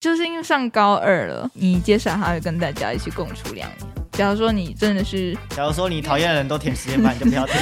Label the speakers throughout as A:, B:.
A: 就是因为上高二了，你接下来还会跟大家一起共处两年。假如说你真的 是，
B: 假如说你讨厌的人都填实验班，你就不要填，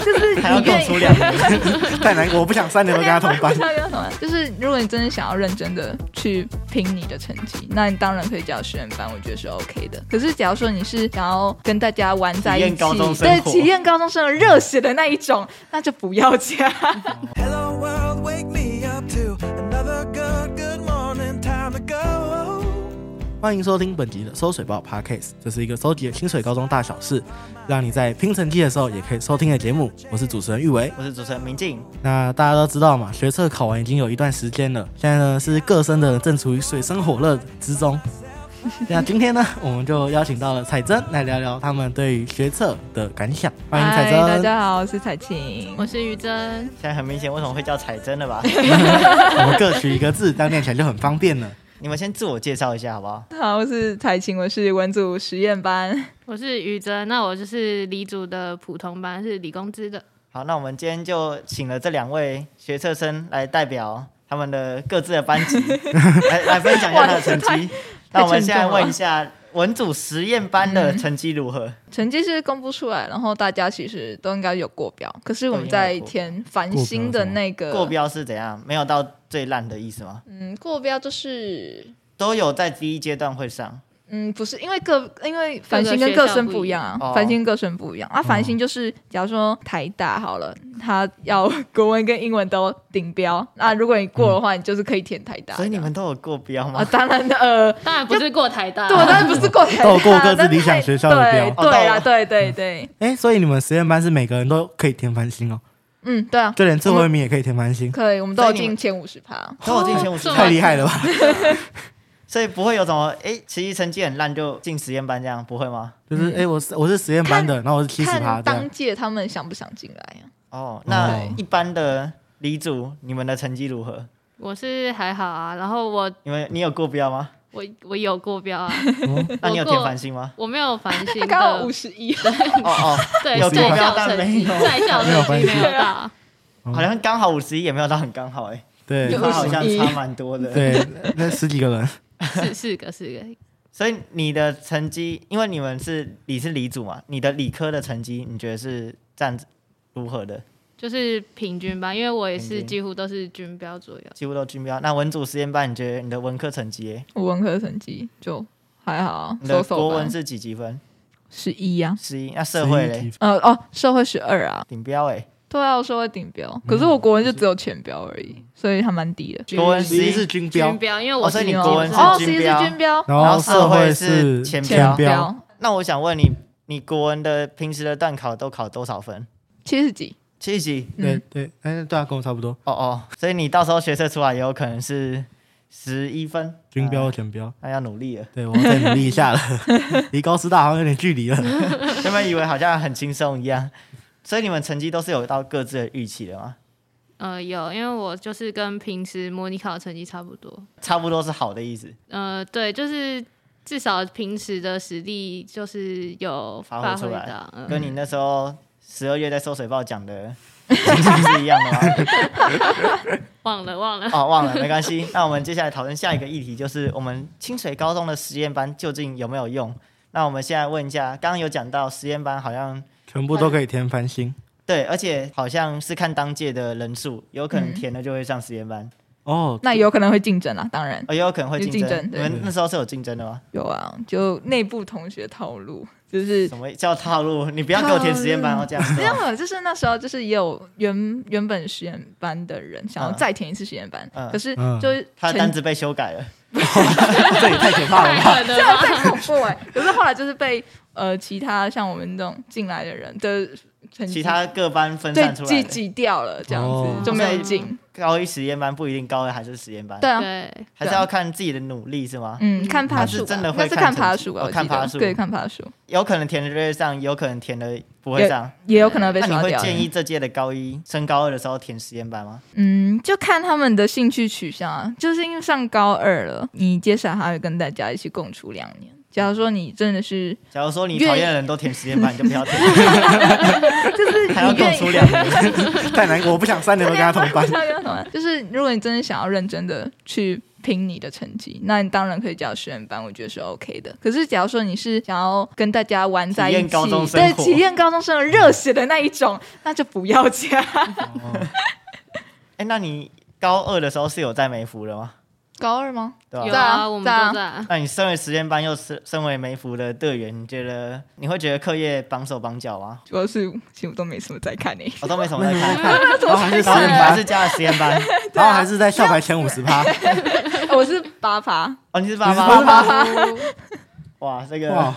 A: 就是你
B: 还要共
A: 愿
B: 出
A: 意，
B: 两年。
C: 太难过，我不想三年都跟他同班
A: 不。要用什么就是如果你真的想要认真的去拼你的成绩，那你当然可以加入实验班，我觉得是 OK 的。可是假如说你是想要跟大家玩在一起，
B: 体验高中生
A: 对，
B: 活
A: 体验高中生活热血的那一种，那就不要加。
D: Hello world, wake me up to another good, good morning time to go.
C: 欢迎收听本集的《收水报 Podcast》，这是一个收集清水高中大小事，让你在拼成绩的时候也可以收听的节目。我是主持人玉维。
B: 我是主持人明静，
C: 那大家都知道嘛，学测考完已经有一段时间了，现在呢是各生的人正处于水深火热 之中。那今天呢，我们就邀请到了彩珍来聊聊他们对于学测的感想。欢迎彩
A: 嗨，大
C: 珍，
A: 家好，我是彩晴。
E: 我是于真，
B: 现在很明显为什么会叫彩珍了吧？
C: 我们各取一个字，这样念起来就很方便 了。
B: 你们先自我介绍一下好不好？
A: 好，我是彩晴，我是文组实验班。
E: 我是于真，那我就是理组的普通班，是理工资的。
B: 好，那我们今天就请了这两位学测生来代表他们的各自的班 级，来来分享一下他的成
A: 哇
B: 绩。那我们现
A: 太沉
B: 在
A: 重了
B: 问一下文组实验班的成绩如
C: 嗯
B: 何？
A: 成绩是公布出来，然后大家其实都应该有过标，可是我们在填繁星的那
C: 呃
A: 个
B: 过，标是怎样？没有到最烂的意思吗？
A: 嗯，过标就是
B: 都有在第一阶段会上，
A: 嗯，不是，因为各因为繁星跟各生不一样
B: 各个学校
A: 啊，
B: 不一样
A: 繁星跟各生不一样啊。繁星就是，假如说台大好了，它要呃国文跟英文都顶标，那如果你过的话，你就是可以填台
C: 啊
A: 大的。
B: 所以你们都有过标吗？
A: 啊，当然的，呃，
E: 当然不是过台大，
A: 对，当然不是过台大，
C: 都有过各自
A: 但是
C: 理想学校的标
A: 对对
B: 哦
A: 啦，对对对，
C: 哎，所以你们实验班是每个人都可以填繁星哦，
A: 嗯，对啊，
C: 就连最后一名也可以填繁星，
A: 可以，我们都有
B: 嗯所以你
A: 进
B: 们
A: 前五十趴。
B: 都有进前五十
A: 啊
E: 这么
C: 太厉害了吧？
B: 所以不会有什么哎，其实成绩很烂就进实验班这样，不会吗？
C: 就是哎，我是我是实验班的，然后我是七十
A: 嗯
B: 啊
C: 趴
A: 看
C: 这样
A: 当。届他们想不想进来啊？
B: 哦，那
C: 哦
B: 一般的理组，你们的成绩如何？
E: 我是还好啊。然后我
B: 你们你有过标 吗？
E: 我我有过标啊，
B: 那你有填
E: 过
B: 繁星吗？
E: 我没有繁星
A: 他 刚好
E: 的
A: 五，十一，
B: 哦哦，
E: 对，
B: 有过
E: 在
B: 标
E: 校
B: 但
E: 成
B: 没
E: 绩，
B: 有
E: 在校
C: 没有繁
E: 成绩没
C: 星
E: 有 到，
C: 嗯
B: 哦 好像刚好五十一也没有到很刚好哎、
C: 对
B: 欸，
A: 有
B: 他好像
A: 51
B: 差蛮多的。，
C: 对，那十几个人，
E: 四四个四个，
B: 所以你的成绩，因为你们是你是理组嘛，你的理科的成绩你觉得是占如何的？
E: 就是平均吧，因为我也
B: 平
E: 是
B: 均
E: 几乎都是均标左右。
B: 几乎都均标。那文组实验班，你觉得你的文科成绩、欸，
A: 我文科成绩就还好，啊
B: 你
A: 收
B: 的
A: 手
B: 国
A: 吧
B: 文，是几几分？
A: 十一啊。
B: 十一。那社会
C: 11
B: 嘞？
C: 几
A: 呃哦，社会十二啊，
B: 顶标哎、
A: 对啊，我社会顶
B: 嗯
A: 标，可是我国文就只有前标而已，所以还蛮低的。
B: 国文
C: 十一是均标
E: 均，标，因为
B: 哦
E: 我
B: 所
E: 是
B: 以你
E: 理工
B: 国文是
A: 哦，
B: 均
A: 十一
B: 标
A: 是均标，
C: 然
B: 然
C: 后
B: 后
C: 社
B: 社
C: 会
B: 会
C: 是
B: 是
C: 前
B: 前
C: 标，，
B: 那我想问你，你国文的平时的段考都考多少分？
A: 七十几，嗯
B: 七级。
C: 对对，哎，对啊，跟我差不多，
B: 哦哦，所以你到时候学测出来也有可能是十一分
C: 均标
B: 啊
C: 全标。
B: 那要努力了。
C: 对，我要再努力一下了， 离高师大好像有点距离了。
B: 原本以为好像很轻松一样，所以你们成绩都是有到各自的预期的吗？
E: 呃有，因为我就是跟平时模拟考成绩差不多，
B: 差不多是好的意思，
E: 呃，对，就是至少平时的实力就是有
B: 发
E: 发
B: 挥出
E: 挥
B: 来
E: 到，嗯
B: 跟你那时候十二月在收水报讲的情形是一样的吗？
E: 忘了忘了。
B: 哦，忘了，没关系。那我们接下来讨论下一个议题，就是我们清水高中的实验班究竟有没有用？那我们现在问一下，刚刚有讲到实验班好像
C: 全部都可以填繁星
B: 对，而且好像是看当届的人数，有可
A: 嗯
B: 能填了就会上实验班，
C: 哦。
A: 那有可能会竞争啊，当然
B: 哦，也有可能会
A: 有
B: 竞争。
A: 竞争
B: 你
A: 对
B: 们那时候是有竞争的吗？
A: 有啊，就内部同学套路，就是
B: 什么啊叫套路？你不要给我填实验班哦，这样子
A: 没
B: 哦。
A: 有，啊就是那时候就是也有原原本实验班的人想要
B: 嗯
A: 再填一次实验班，
B: 嗯
A: 可是
C: 嗯
A: 就是
B: 他的
A: 成
B: 单子被修改了，
C: 这也太可怕了吧！
E: 太狠了吧！
A: 太恐怖哎、可是后来就是被呃其他像我们这种进来的人的成绩
B: 其他各班分
A: 对
B: 散出来
A: 挤
B: 的。嗯
A: 挤掉了，这样子、
C: 哦
A: 就没有进。
B: 高一实验班不一定高二还是实验班，
A: 对啊，
E: 对，
B: 还是要看自己的努力是吗？
A: 嗯，看爬
B: 那
A: 树
B: 是
A: 吧，
B: 真的会
A: 那是看
B: 看成绩
A: 爬树吧，
B: 哦
A: 我记
B: 看
A: 得
B: 爬树
A: 对，看爬树，
B: 有可能填的就会上，有可能填的不会上。
A: 也有可能被
B: 那你
A: 刷
B: 会
A: 掉。
B: 建议这届的高一升高二的时候填实验班吗？
A: 嗯，就看他们的兴趣取向啊，就是因为上高二了，你接下来还会跟大家一起共处两年。假如说你真的 是，
B: 假如说你
A: 愿意
B: 讨厌的人都填实验班，你就不要填，
A: 就是
B: 还要
A: 你
B: 共
A: 愿
B: 出
A: 意。
B: 两 年。
A: 啊
C: 太难过，我不想三年都跟他同班
A: 不知。道要怎么办就是如果你真的想要认真的去拼你的成绩，那你当然可以叫实验班，我觉得是 OK 的。可是假如说你是想要跟大家玩在一
B: 体
A: 起，
B: 验高中生
A: 对，
B: 活
A: 体验高中生活热血的那一种，那就不要加。
B: 哎，那你高二的时候是有在美孚的吗？
A: 高二吗？
B: 对吧
E: 有
A: 在啊
E: 啊，我们
A: 在啊
E: 都在啊。
B: 那你身为实验班又是身为梅福的队员，你觉得你会觉得课业绑手绑脚吗？
A: 主要是其实我都没什么在看欸诶、
B: 我、都没什么在看，
A: 啊
C: 然后还是实
B: 然后
C: 验
B: 你还
C: 班
B: 是，加了实验班，
C: 然后还是在校牌前五十趴，
A: 我是八趴，
B: 哦，你是 八
C: 你
B: 八
C: 是
B: 八，
C: 八趴
B: 哇，这
C: 哇
B: 个，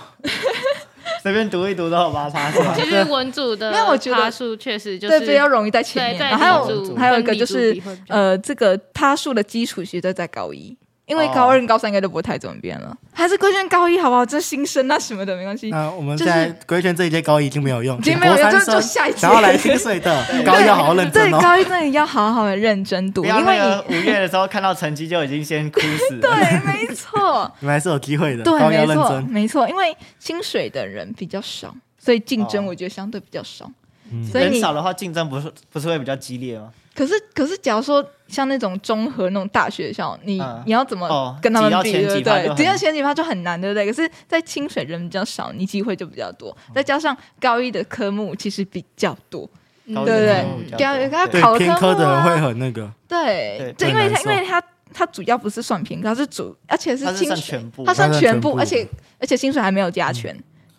B: 随便读一读都有八趴 是吧？
E: 其实文组的
A: 没有我觉得
E: 趴数确实就是
A: 对，比较容易在前面。
E: 对在
A: 然后还
E: 文
A: 有
E: 组
A: 还有一
E: 跟
A: 个
E: 理
A: 就
E: 组
A: 是
E: 比会比较
A: 呃，这个他数的基础其实都在高一。因为
B: 哦
A: 高二、跟高三应该都不太怎么变了，还是规劝高一好不好？这新生啊什么的没关系。
C: 那我们
A: 就
C: 现
A: 是
C: 在规劝这一届高一已经没有用，
A: 已经
C: 请
A: 没有
C: 国
A: 用
C: 三
A: 就就
C: 生
A: 下一届
C: 想要来清水的高一要好好认
A: 对
C: 真哦。
A: 高一真的要好好的认真读，
B: 不
A: 因
B: 要那
A: 为
B: 个
A: 你
B: 五月的时候看到成绩就已经先哭死了。
A: 对，没 错，
C: 你们还是有机会的，
A: 对，
C: 高一要
A: 没
C: 认
A: 错，
C: 真。
A: 没错，因为薪水的人比较少，所以竞争
B: 哦
A: 我觉得相对比较少，
C: 嗯
A: 所以
B: 人
A: 你
B: 少的话，竞争不是不是会比较激烈吗？
A: 可是可是，假如说像那种综合那种大学校，你、
B: 嗯
A: 你要怎么
B: 哦
A: 跟他们比，
B: 挤到前
A: 对
B: 几
A: 不
B: 趴就
A: 对？
B: 很
A: 只要前几趴就很难，对不对？可是，在清水人比较少，你机会就比较多，
B: 哦
A: 再加上高一的科目其实比较多，
E: 嗯
B: 高一
A: 对不
B: 的
A: 对
B: 时候比较
A: 高一
B: 多
A: 高
B: 对
A: 考的
C: 对偏
A: 科
C: 科
A: 目
C: 的人
A: 啊
C: 会很那个，
A: 对
B: 对，
A: 就因为
C: 很
A: 它因
C: 难受
A: 为它它主要不是算评高，它是主，而且是
B: 它是
A: 薪
B: 算
A: 水
B: 全部，
A: 它算
C: 它算
A: 全
C: 全
A: 部，
C: 部
A: 而且而且薪水还没有加权，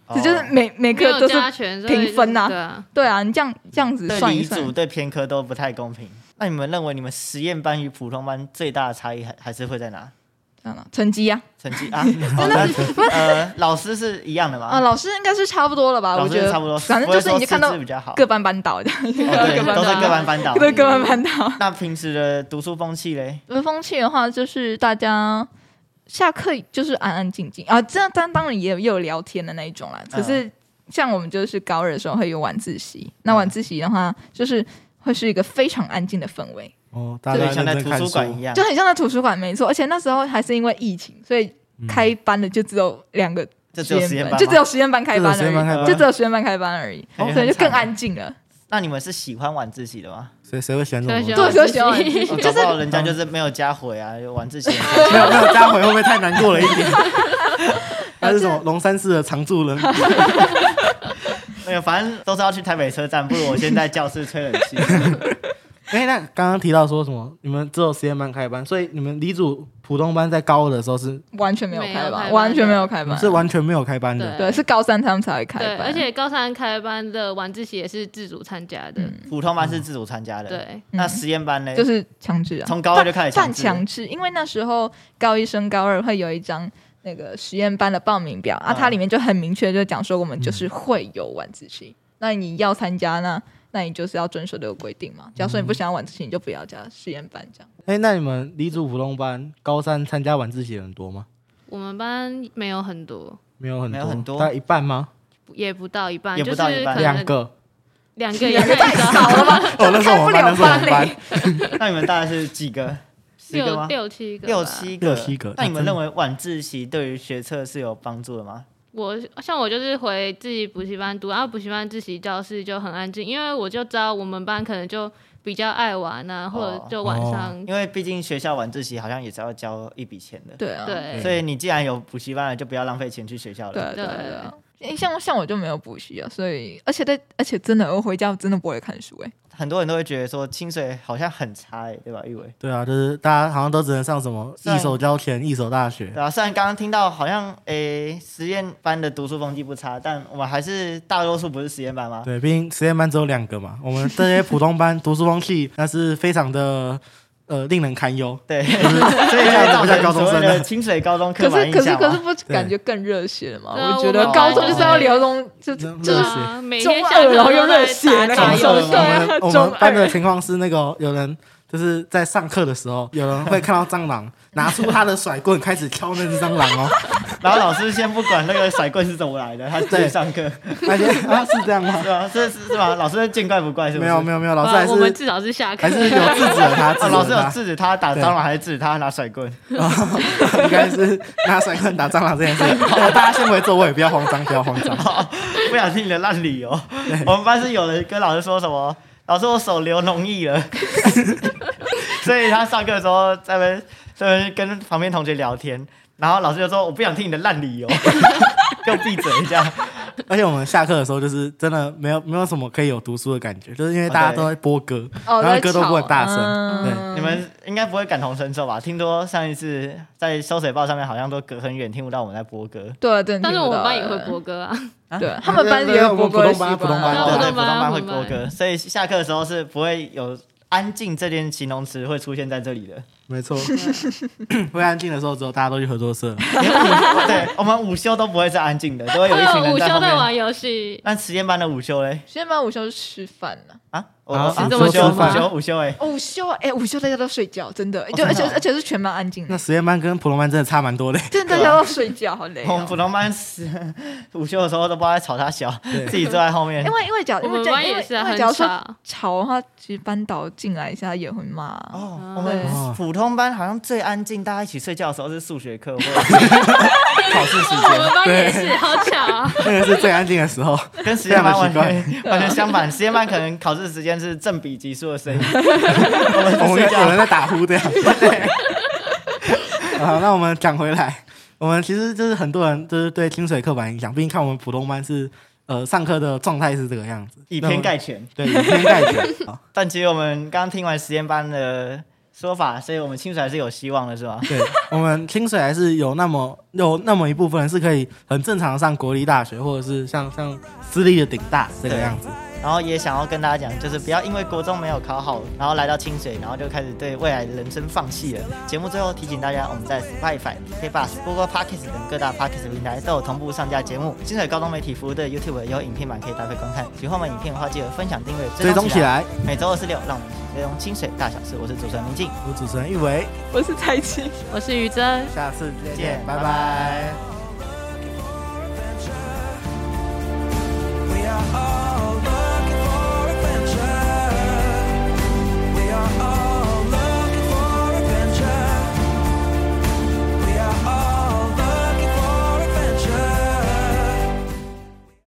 B: 哦
A: 这就是每每
E: 没
A: 科
E: 有
A: 都是
E: 加权所以
A: 平
E: 就是
A: 分啊
E: 对啊，
A: 对啊，你这样这样子
B: 对
A: 算一
B: 理
A: 算
B: 组，对偏科都不太公平。那你们认为你们实验班与普通班最大的差异还还是会在哪？
A: 这样啊成绩呀
B: 成绩 啊，好那呃，老师是一样的
A: 啊，
B: 吗？
A: 老师应该是差不多了吧？
B: 老
A: 我
B: 师
A: 觉得
B: 差不多，
A: 反正就是你就看
B: 不
A: 到
B: 会说师资比较好，
A: 各班班倒的，
B: 哦
A: 各
B: 对，
A: 班
B: 都是
A: 班
B: 各班班导。
A: 对各班班倒。
B: 那平时的读书风气嘞？
A: 我们风气的话，就是大家下课就是安安静静啊，这样当当然也有也有聊天的那一种啦。可是像我们就是高二的时候会有晚自习，那晚自习的话就是。会是一个非常安静的氛围，
C: 哦，大
B: 就
C: 家
B: 是
C: 都在
B: 像在
C: 认真
B: 图
C: 看
B: 书
C: 书
B: 馆一样
A: 就，很像在图书馆，没错。而且那时候还是因为疫情，所以
C: 嗯
A: 开班的就只有两个
B: 就只有
A: 实
B: 实验
A: 班，
B: 班
A: 就
B: 吗
A: 只有实验班开班
C: 就只有实验班
A: 而
C: 开
A: 已，就只有实验班开
C: 班
A: 班而已，
B: 感觉
A: 所以就
B: 很惨
A: 更安静了。
B: 那你们是喜欢晚自习 的吗？
C: 谁谁会选
B: 嗯
C: 这种
E: 谁
C: 东
E: 会
A: 对，所以喜欢晚自
C: 西？
A: 习，
B: 哦
A: 就
B: 搞
A: 是
B: 不好人家就是没有家回啊，有晚自习。
C: 没有没有加回会不会太难过了一点？还是什么龙山寺的常住 人？
B: 没有，反正都是要去台北车站，不如我先在教室 吹冷气。
C: 哎，那刚刚提到说什么？你们只有实验班开班，所以你们理组普通班在高二的时候是
A: 完全没有
E: 没
A: 开
E: 有开
A: 班，
E: 班
A: 完全没有开班，
C: 是完全没有开班的
E: 对。
A: 对，是高三他们才会开
E: 对，
A: 班，
E: 而且高三开班的晚自习也是自主参加
A: 嗯
E: 的，
B: 普通班是自主参加的，。
E: 对，
B: 那实验班嘞，
A: 就是强制啊，
B: 从高二就开始
A: 算
B: 强制
A: 强制，因为那时候高一升高二会有一张那个实验班的报名表啊，
B: 嗯
A: 它里面就很明确就讲说我们就是会有晚自习，那你要参加那那你就是要遵守这个规定嘛。假如说你不想要晚自习，你就不要加实验班这样。
C: 哎，那你们理组普通班高三参加晚自习的人多吗？
E: 我们班没有很多，
C: 没有很
B: 没有很多
C: 大概一半吗？
E: 也不到一半，
B: 也不到
E: 就是
B: 一
E: 可
B: 半
E: 能
C: 两个。
E: 两个也太少 了吧？
C: 哦，那是我们班，
A: 开
C: 那
A: 不
C: 是
A: 了
C: 我们班。
B: 那你们大概是几个？十个
E: 六
B: 吗？
E: 六七个吧，
B: 六七个，
C: 六七个啊
B: 那你
C: 那真
B: 们
C: 的
B: 认为晚自习对于学测是有帮助的吗？
E: 我像我就是回自己补习班读，然后补习班自习教室就很安静，因为我就知道我们班可能就比较爱玩啊，或者就晚上、
B: 因为毕竟学校晚自习好像也是要交一笔钱的，
A: 对啊，
E: 对
B: 所以你既然有补习班了，就不要浪费钱去学校
A: 对啊
B: 了。
A: 对啊对啊。诶像像我就没有补习啊，所以而且在而且真的我回家我真的不会看书哎、
B: 很多人都会觉得说清水好像很差、欸，对吧？玉伟，
C: 对啊，就是大家好像都只能上什么
B: 虽
C: 一
B: 然
C: 手交钱，一手大学
B: 对。啊，虽然刚刚听到好像诶、实验班的读书风气不差，但我们还是大多数不是实验班吗？
C: 对，毕竟实验班只有两个嘛，我们这些普通班读书风气那是非常的呃令人堪忧。
B: 对，所以就造
C: 不像
B: 成
C: 高中
B: 所
C: 生
B: 谓
C: 了
B: 的清水高中 刻
A: 可
B: 板
A: 是
B: 印
A: 可是
B: 象
A: 可是
B: 嘛。
A: 不感觉更热血了吗？
E: 对啊
A: 我觉
B: 我
A: 得
B: 们
A: 高中就是要
E: 高中
A: 聊中就
C: 热
A: 就
E: 对
A: 是
C: 热血
E: 啊，每
A: 中
E: 天下
A: 二
E: 课
A: 然后又
E: 都在
A: 热血
E: 打
A: 那
E: 打
B: 种
E: 游
B: 中
E: 戏
B: 对
C: 我
B: 二
E: 啊，
C: 们我
A: 中
C: 们班的
A: 二
C: 情况是那个有人就是在上课的时候，有人会看到蟑螂，拿出他的甩棍开始敲那只蟑螂哦。
B: 然后老师先不管那个甩棍是怎么来的，他自己
C: 对
B: 上课，
C: 那些啊是这样吗
B: 是？吧？这是是吧？老师见怪不怪，是不
C: 没
B: 是？
C: 有没有没有，老师
E: 哇
C: 还
E: 我们
C: 是
E: 至少是下课
C: 还是有制止了他，制止
B: 啊， 老师有
C: 了
B: 制止他打蟑螂，还是制止他拿甩棍？
C: 他，应该是拿甩棍打蟑螂 这件事。呃大家先回座位，不要慌张，不要慌张。
B: 不想听你的烂理由。 我们班是有人跟老师说什么， 老师我手流脓液了，所以他上课的时候在那边就是跟旁边同学聊天，然后老师就说我不想听你的烂理由， 给我闭嘴这样。
C: 而且我们下课的时候，就是真的没有没有什么可以有读书的感觉，就是因为大家都在播歌，
A: 哦，
C: 然后
A: 在
C: 歌都
A: 吵
C: 不很大声
A: 嗯
C: 对
B: 你们应该不会感同身受吧？听说上一次在收水报上面好像都隔很远听不到我们在播歌，
A: 对对，
E: 但是我们班也
A: 听不
E: 会
A: 到
E: 播歌啊，
B: 啊
A: 对他们班
C: 对
A: 也有
C: 对
A: 播
C: 我
A: 歌
C: 们
A: 的
C: 普通班
A: 习
C: 普通班
A: 惯啊
E: 对
B: 对
E: 哦我
B: 对，
E: 们
B: 普通班会
E: 我们
B: 播歌，所以下课的时候是不会有安静这件形容词会出现在这里的。
C: 没错。 回安静的时候之后，大家都去合作社了，
B: 连午休对，我们午休都不会是安静的，都会有一群
E: 有 午
B: 人在
E: 休
B: 后
E: 在
B: 面。
E: 玩游戏，
B: 那实验班的午休嘞？
A: 现在班午休是吃饭了。
B: 啊，
C: 啊
B: 我
C: 你
E: 这
B: 午
E: 么
B: 休
E: 说
B: 午
E: 吗
B: 休午休哎，
A: 哦午休，哎、午休大家都睡觉，真的，就、
B: 真的
A: 而且
B: 哦
A: 而且是全班安静
C: 那
A: 的，
C: 实验班跟普通班真的差蛮多的。
A: 真的大家都睡觉，好累、
B: 我们普
A: 哦。
B: 通班是 午休的时候都不知道在吵他小，自
C: 对，
B: 己坐在后面
A: 因。为因为假
E: 我
A: 因为
E: 们
A: 假
E: 班
A: 因为
E: 也是啊
A: 因为
E: 很
A: 假如说
E: 吵。
A: 吵的话，其实班导进来一下也会骂。
B: 哦，
E: 嗯
B: 我
A: 对
B: 们
C: 哦
B: 普通班好像最安静，大家一起睡觉的时候是数学课 或者是考试时
E: 我们
B: 间，
E: 班也是，好巧啊！
C: 那个是最安静的时候。
B: 跟实验班完
C: 非常的
B: 全完全相反。实验班可能考试时间是正比级数的 声音，
C: 我
B: 我
C: 们
B: 们是睡
C: 有
B: 觉
C: 人。在打呼这样。好，那我们讲回来，我们其实就是很多人就是对清水刻板印象，毕竟看我们普通班是呃上课的状态是这个样子，
B: 以
C: 那我
B: 偏
C: 们
B: 概全，
C: 对以偏概 全。好
B: 但其实我们刚刚听完实验班的说法，所以我们清水还是有希望的，是吧？
C: 对我们清水还是有那么有那么一部分人是可以很正常地上国立大学，或者是像像私立的顶大这个样子。
B: 然后也想要跟大家讲，就是不要因为国中没有考好，然后来到清水，然后就开始对未来的人生放弃了。节目最后提醒大家，我们在 Spotify、k b u s Google Podcast 等各大 Podcast 平台都有同步上架节目。清水高中媒体服务的 YouTube 也有影片版可以搭配观看。喜欢我们影片的话，记得分享、订阅、
C: 追踪起。来，
B: 每周二四六，让我们一起追踪清水大小事。我是主持人明静，
C: 我主持人玉维，
A: 我是蔡琴。
E: 我是于真。
C: 下次再
B: 见
C: 见，拜
B: 拜
C: 拜
B: 拜